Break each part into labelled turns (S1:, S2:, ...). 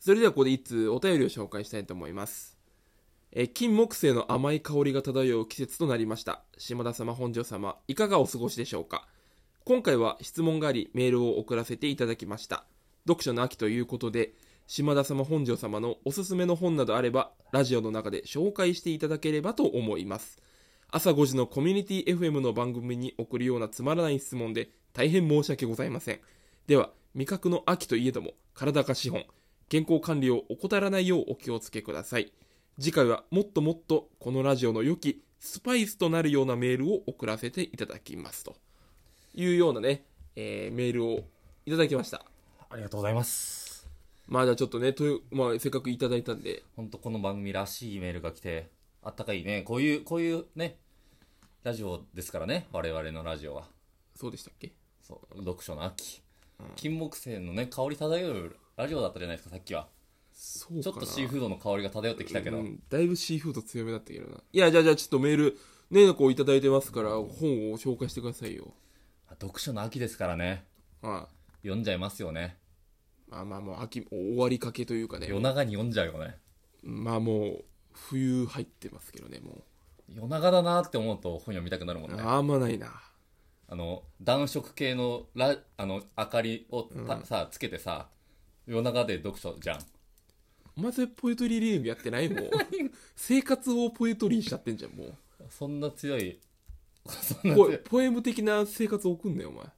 S1: それではここで一通お便りを紹介したいと思います。えー金木犀の甘い香りが漂う季節となりました。島田様、本庄様、いかがお過ごしでしょうか今回は質問があり、メールを送らせていただきました。読書の秋ということで、島田様、本庄様のおすすめの本などあれば、ラジオの中で紹介していただければと思います。朝5時のコミュニティ FM の番組に送るようなつまらない質問で大変申し訳ございません。では、味覚の秋といえども、体が資本。健康管理を怠らないようお気をつけください。次回はもっともっとこのラジオの良きスパイスとなるようなメールを送らせていただきます。というようなね、えーメールをいただきました。
S2: ありがとうございます。
S1: まあじゃあちょっとね、というまあ、せっかくいただいたんで、
S2: 本当この番組らしいメールが来て、あったかいね。こういう、こういうね、ラジオですからね。我々のラジオは。
S1: そうでしたっけ
S2: そう、読書の秋。金木犀のね、香り漂うラジオだったじゃないですか、さっきは。
S1: そう
S2: ちょっとシーフードの香りが漂ってきたけど。
S1: うん、だいぶシーフード強めだったけどないやじゃあじゃあちょっとメールねのこういただいてますから本を紹介してくださいよ
S2: 読書の秋ですからね。
S1: あ
S2: 読んじゃいますよね。
S1: まあまあもう秋終わりかけというかね
S2: 夜中に読んじゃうよね。
S1: まあもう冬入ってますけどねも
S2: 夜中だなって思うと本読みたくなるもん
S1: う
S2: ね。
S1: あんまないな
S2: あの、暖色系のラ、あの、明かりをた、さ、つけてさ、夜中で読書じゃん。
S1: お前それポエトリーリーグやってないも う生活をポエトリーしちゃってんじゃんもう
S2: そんな強い、 そんな
S1: ポ
S2: 強
S1: エ
S2: い。
S1: ポエム的な生活を送んなよお前
S2: ま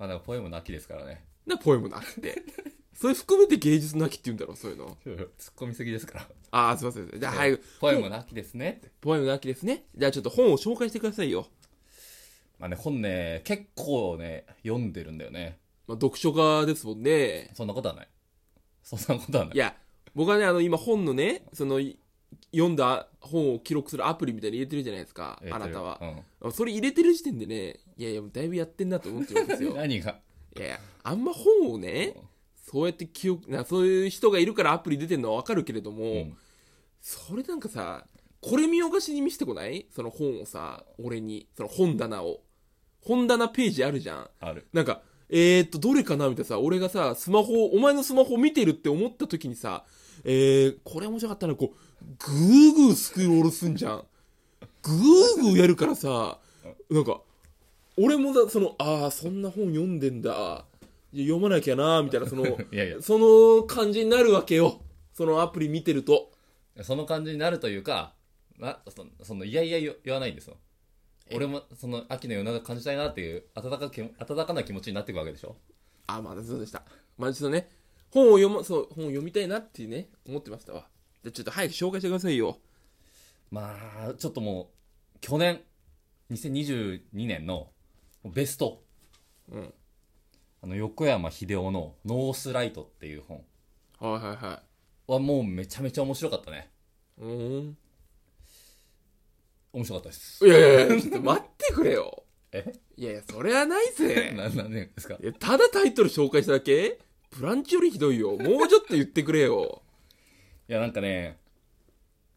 S2: あ、なんかポエムの秋ですからね。
S1: なポエムなって それ含めて芸術なきって言うんだろそういうの
S2: 突っ込みすぎですから。
S1: ああすいませんすいませんじゃあはい
S2: ポエムの秋ですね。
S1: ポエムの秋ですねじゃあちょっと本を紹介してくださいよ
S2: まあね、本ね、結構ね、読んでるんだよね。
S1: まあ、読書家ですもんね。
S2: そんなことはない。そんなことはない
S1: い。や、僕はね、あの、今本のね、その、い読んだ本を記録するアプリみたいに入れてるじゃないですか、
S2: えー
S1: あなたは
S2: と。いう
S1: それ入れてる時点でね、いやいや、だいぶやってんなと思ってるんです
S2: うん。
S1: よ。
S2: 何が
S1: いやいや、あんま本をね、そうやって記憶、なそういう人がいるからアプリ出てるのはわかるけれども、
S2: うん
S1: それなんかさ、これ見よがしに見せてこないその本をさ、俺に、その本棚を。本棚ページあるじゃん。
S2: ある。
S1: なんか、えー、っと、どれかなみたいなさ、俺がさ、スマホ、お前のスマホ見てるって思った時にさ、えー、これ面白かったな、こう、ぐーぐースクロールすんじゃん。ぐーぐーやるからさ、なんか、俺もさ、その、あー、そんな本読んでんだ。いや読まなきゃな、みたいな、その、
S2: いやいや
S1: その感じになるわけよ。そのアプリ見てると。
S2: その感じになるというか、なそのそのいやいや言言わないんですよ。俺もその秋の夜中感じたいなっていう温かき温かな気持ちになっていくわけでしょ。
S1: あー、まあ、そうでした。まあ、ちょっとね、本を読ま、そう、本を読みたいなってね、思ってましたわ。じゃあちょっと早く紹介してくださいよ。
S2: まあ、ちょっともう、去年、2022年のベスト、
S1: うん
S2: あの横山秀夫のノースライトっていう本
S1: はいはいはい。
S2: はもうめちゃめちゃ面白かったね。
S1: うーん。
S2: 面白かったです。
S1: いやいやいや、ちょっと待ってくれよ。
S2: え
S1: いやいや、それはない ぜ。
S2: な、なんでですか
S1: いやただタイトル紹介しただけブランチよりひどいよ。もうちょっと言ってくれよ。
S2: いや、なんかね、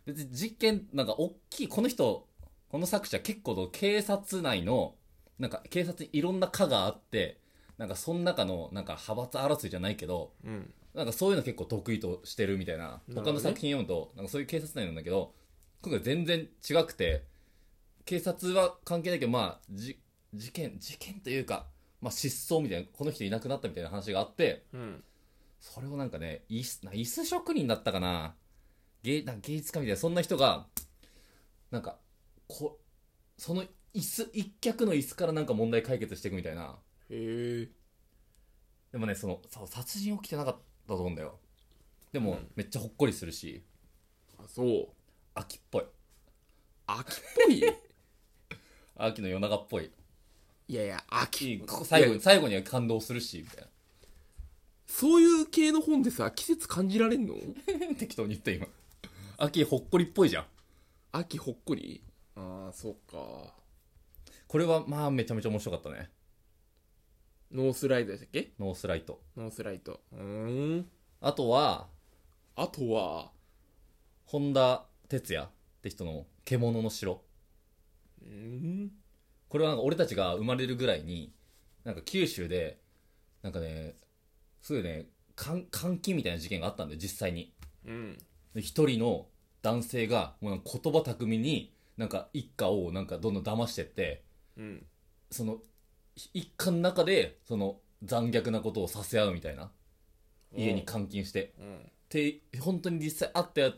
S2: 別に実験、なんか大きい、この人、この作者結構警察内の、なんか警察にいろんな課があって、なんかその中の、なんか派閥争いじゃないけど、
S1: うん。
S2: なんかそういうの結構得意としてるみたいな。
S1: なるほどね
S2: 他の作品読むと、なんかそういう警察内なんだけど、今回全然違くて、警察は関係ないけど、まあ、じ、事件、事件というか、まあ失踪みたいな、この人いなくなったみたいな話があって、
S1: うん。
S2: それをなんかね、椅子、な椅子職人だったかな芸、なんか芸術家みたいな、そんな人が、なんか、こ、その椅子、一脚の椅子からなんか問題解決していくみたいな。
S1: へえ。
S2: でもね、その、そう、殺人起きてなかったと思うんだよ。でも、めっちゃほっこりするし、
S1: あ、そう。
S2: 秋っぽい。
S1: 秋っぽ い
S2: 秋の夜長っぽい。
S1: いやいや、
S2: い
S1: 秋
S2: い。最後
S1: い
S2: に、
S1: や
S2: 最後には感動するし、みたい
S1: そういう系の本でさ、季節感じられんの
S2: な。 適当に言った今。秋ほっこりっぽいじゃん。
S1: 秋ほっこりああ、そっか。
S2: これは、まあ、めちゃめちゃ面白かったね。
S1: ノースライドでしたっけ
S2: ノースライト。
S1: ノースライト。うーん。
S2: あとは、
S1: あとは、
S2: 本田哲也って人の「獣の城
S1: うーん。」
S2: これはなんか俺たちが生まれるぐらいになんか九州でなんかねすごいね監監禁みたいな事件があったんだよ実際に
S1: うん
S2: で一人の男性がもうなんか言葉巧みになんか一家をなんかどんどん騙してって
S1: うん
S2: そのひ一家の中でその残虐なことをさせ合うみたいな家に監禁して
S1: うん
S2: って本当に実際あったや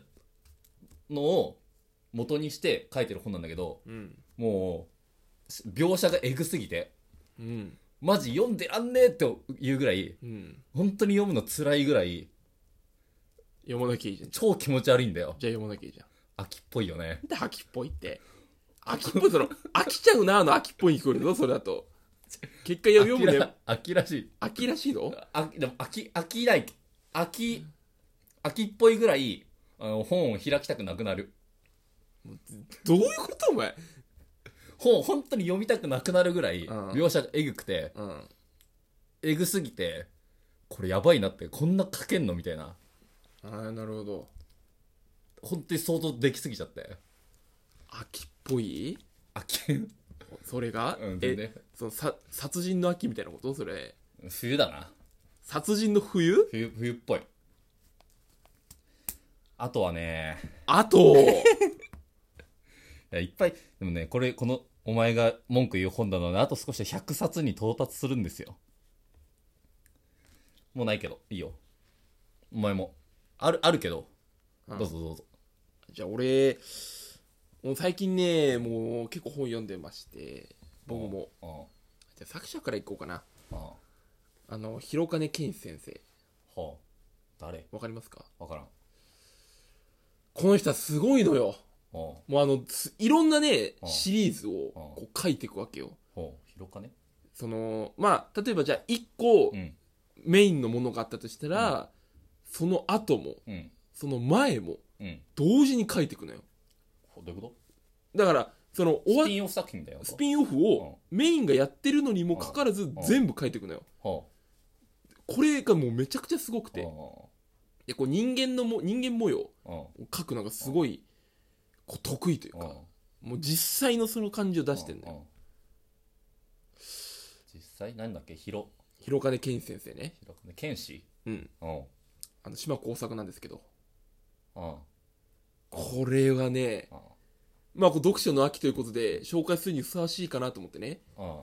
S2: のを元にして書いてる本なんだけど
S1: うん
S2: もうし描写がエグすぎて
S1: うん
S2: マジ読んでらんねえっていうぐらい
S1: うん
S2: 本当に読むの辛いぐらい
S1: 読まなきゃいいじゃんじ
S2: 超気持ち悪いんだ
S1: ゃ
S2: よ
S1: あ読まなきゃいいじゃん
S2: 秋っぽいよね
S1: なんで秋っぽいって秋っぽいその飽きちゃうなあの秋っぽいに聞こえるぞそれだと結果読む
S2: 秋
S1: ね
S2: ら秋らしい
S1: 秋らしいの
S2: あでも秋秋以来秋秋っぽいぐらいあの本を開きたくなくなる
S1: どういうことお前
S2: 本を本当に読みたくなくなるぐらい
S1: うん
S2: 描写がえぐくて
S1: うん
S2: えぐすぎてこれやばいなってこんな書けんのみたいな
S1: ああなるほど
S2: 本当に想像できすぎちゃって
S1: 秋っぽい
S2: 秋、
S1: それが、
S2: うん、全
S1: え
S2: 然
S1: そのさ殺人の秋みたいなことそれ
S2: 冬だな
S1: 殺人の冬
S2: 冬冬っぽいあとはね
S1: あと
S2: いやいっぱいでもねこれこのお前が文句言う本だのであと少しで100冊に到達するんですよもうないけどいいよお前もあるあるけど
S1: う
S2: ど
S1: ん
S2: うぞどうぞ
S1: じゃあ俺もう最近ねもう結構本読んでまして僕も
S2: う
S1: じゃあ作者からいこうかなん
S2: うんは
S1: あの広金健先生
S2: あ誰
S1: わかりますか
S2: わからん
S1: この人はすごいのよ
S2: ほ
S1: もうあのついろんなね
S2: うん
S1: シリーズをこう書いていくわけよ
S2: うほう広かね
S1: そのまあ例えばじゃあ1個
S2: うん
S1: メインのものがあったとしたら、その後も
S2: うん
S1: その前も
S2: うん
S1: 同時に書いていくのよ
S2: ほうどういうこ
S1: だからその
S2: と
S1: 終わ
S2: スピンオフ作品みたいなこと
S1: スピンオフをメインがやってるのにもかかわらず
S2: ん
S1: 全部書いていくのよ
S2: ほ
S1: これがもうめちゃくちゃすごく
S2: う
S1: て
S2: ほ
S1: でこう人間のも人間模様を
S2: ううん
S1: 書くのがすごいこう得意という
S2: うん
S1: かもう実際のその感じを出してんだ
S2: う
S1: よ
S2: ん実際なんだっけ広
S1: 広金健先生ね
S2: 広かね剣士
S1: うん
S2: うん
S1: あの島耕作なんですけど
S2: うん
S1: これはね
S2: うん
S1: まあこう読書の秋ということで紹介するにふさわしいかなと思ってね
S2: うん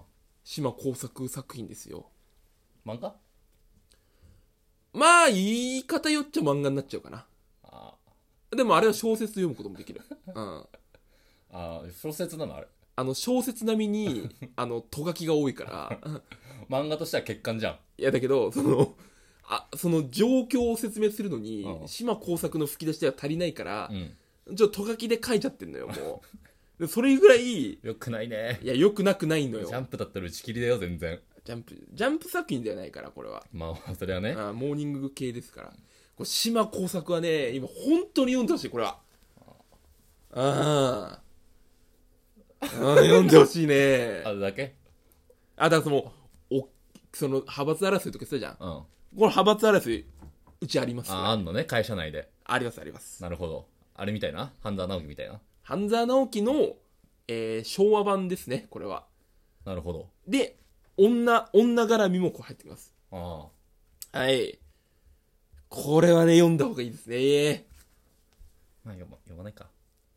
S1: 島耕作作品ですよ
S2: 漫画
S1: まあ言い方よっちゃ漫画になっちゃうかな
S2: あ
S1: でもあれは小説読むこともできるうん
S2: ーあー、プロセスなのあれ。
S1: あの小説並み にあのとがきが多いから
S2: 漫画としては欠陥じゃん。
S1: いやだけどそのあその状況を説明するのに
S2: うん
S1: 島耕作の吹き出しでは足りないから
S2: う、ん。
S1: ちょっととがきで書いちゃってんのよもうでそれぐらいい
S2: よくないね。
S1: や良くなくないの
S2: ジ
S1: よ
S2: ャンプだったら打ち切りだよ、全然。
S1: ジャンプジャンプ作品ではないからこれは
S2: まあ、それはね。
S1: あモーニング系ですからこれ島耕作はね今本当に読んでほしいこれはああ読んでほしい ね
S2: あれだけ
S1: あだからそのおその派閥争いとか言ってたじゃん
S2: うん。あ、
S1: この派閥争いうちありますよ
S2: あんのね、会社内で。
S1: ありますあります
S2: なるほど。あれみたいな半沢直樹みたいな。
S1: 半沢直樹の、えー昭和版ですねこれは
S2: なるほど。
S1: で女女絡みもこう入ってきます
S2: あ
S1: はいこれはね読んだ方がいいですね
S2: あ。まあ、読ま読まないか。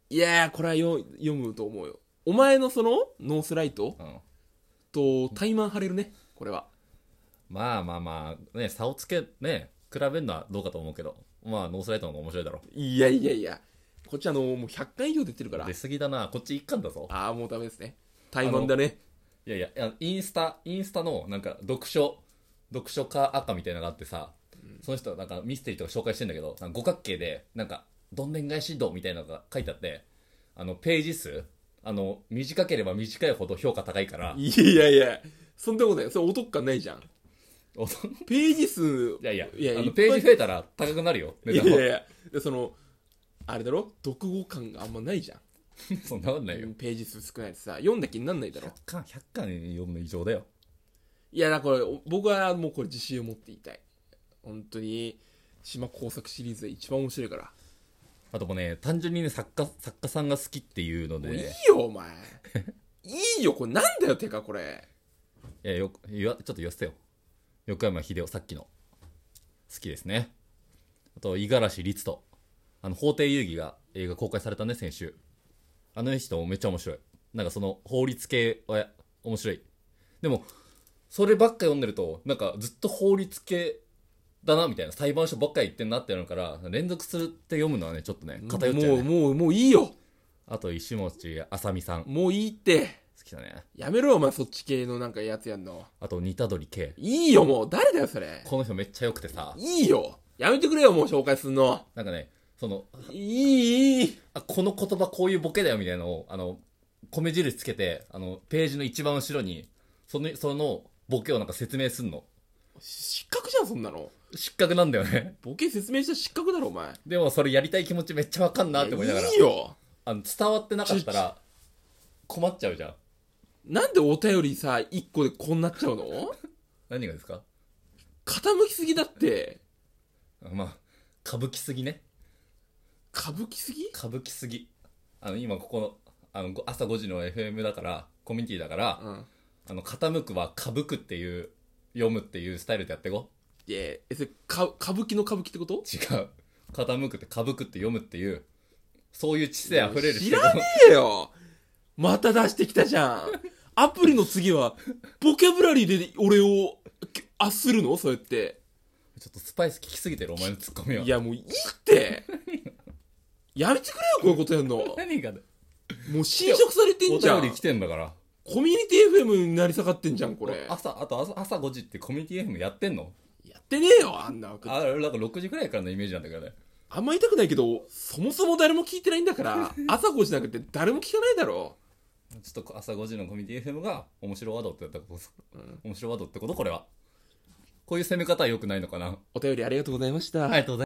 S1: いやーこれはよ読むと思うよお前のそのノースライト
S2: うん。
S1: と怠慢張れるねこれは
S2: まあまあまあ、ね、差をつけ、ね、比べるのはどうかと思うけど。まあ、ノースライトの方が面白いだろ
S1: いやいやいやこっちあのもう100巻以上出てるから
S2: う。出すぎだな。こっち一巻だぞ。
S1: ああもうダメですね怠慢だね
S2: いやいや、いやインスタ、インスタの、なんか、読書、読書家赤みたいなのがあってさ、その人、なんかミステリーとか紹介してんだけど、なんか五角形で、なんか、どんでん返し度みたいなのが書いてあって、あの、ページ数、あの、短ければ短いほど評価高いから、
S1: いやいやいやそんなことないそれお得感ないじゃん
S2: おそい
S1: ページ数
S2: やいや、
S1: いや
S2: あ
S1: いっ
S2: の
S1: ぱい
S2: ページ増えたら高くなるよ。
S1: いやいやいやでそのあれだろ読語感があんまないじゃん
S2: 値段もそんなことないよ。
S1: ページ数少ないとさ読んだ気になんないだろ
S2: 100巻、100巻読むの異常だよ。
S1: いやだからこれ僕はもうこれ自信を持って言いたい本当に島工作シリーズで一番面白いから
S2: あともうね、単純にね、作家、作家さんが好きっていうので
S1: もういい
S2: ね、
S1: よお前いいよこれなんだよてかこれ
S2: いや、よ、言わちょっと言わせてよ。横山秀夫、さっきの。好きですね。あと、五十嵐律人。あの、法廷遊戯が映画公開されたね、先週。あの人めっちゃ面白い。なんかその法律系は面白い。でも、そればっか読んでると、なんかずっと法律系だな、みたいな。裁判所ばっかり行ってんなってなるから、連続するって読むのはね、ちょっとね、偏っちゃ
S1: も
S2: う、ね
S1: う、。もう、もういいよ
S2: あと、石持あさみさん。好
S1: もういいって。
S2: きだね。
S1: やめろよ、お前、そっち系のなんかやつやんの。
S2: あと、似たどり系。
S1: いいよ、もう。誰だよ、それ。
S2: この人めっちゃ良くてさ、
S1: いいよ。やめてくれよ、もう紹介すんの。
S2: なんかね、その、
S1: いい、いい。
S2: あ、この言葉こういうボケだよみたいなのを、あの、米印つけて、あの、ページの一番後ろに、その、そのボケをなんか説明すんの。
S1: 失格じゃん、そんなの。
S2: 失格なんだよね。
S1: ボケ説明したら失格だろ、お前。
S2: でもそれやりたい気持ちめっちゃわかんなって思いながら
S1: いい、よ。
S2: あの、伝わってなかったら、困っちゃうじゃん。
S1: なんでお便りさ、一個でこうなっちゃうの
S2: 何がですか
S1: 傾きすぎだって。
S2: まあ、歌舞伎すぎね。
S1: 歌舞伎すぎ
S2: 歌舞伎すぎ。あの、今ここの、あの、ご朝5時の FM だから、コミュニティだから、
S1: うん。
S2: あの、傾くは歌舞くっていう、読むっていうスタイルでやっていこう。
S1: いや、え、それ、か、歌舞伎の歌舞伎って こと
S2: 違う傾くってかぶくって読むっていうそう いう知性あふれる
S1: 知らねえよまた出してきたじ ゃんアプリの次は、ボキャブラリーで俺を、き圧するのそうやって。
S2: ちょっとスパイス効きすぎてるお前のツッコミはい
S1: や、もういいってやめてくれよ、こういうことや んの。も
S2: 何がだ
S1: う侵食されてん
S2: お
S1: じゃ
S2: 便
S1: ん
S2: り来。てんだから
S1: コミュニティ FM になり下がってんじゃん、これ。
S2: 朝あと朝朝5時ってコミュニティ FM やってんの
S1: やってねえよ、あんな枠。
S2: あなんか6時ぐらいからのイメージなんだけどね
S1: あんま言いたくないけど、そもそも誰も聞いてないんだ から、朝5時なんかって誰も聞かないだろ。
S2: ちょっと朝5時のコミュニティ FM が面白ワードってやったこと、面白ワードってことこれはこういう攻め方は良くないのかな
S1: お便りありがとうございました。
S2: ありがとうございます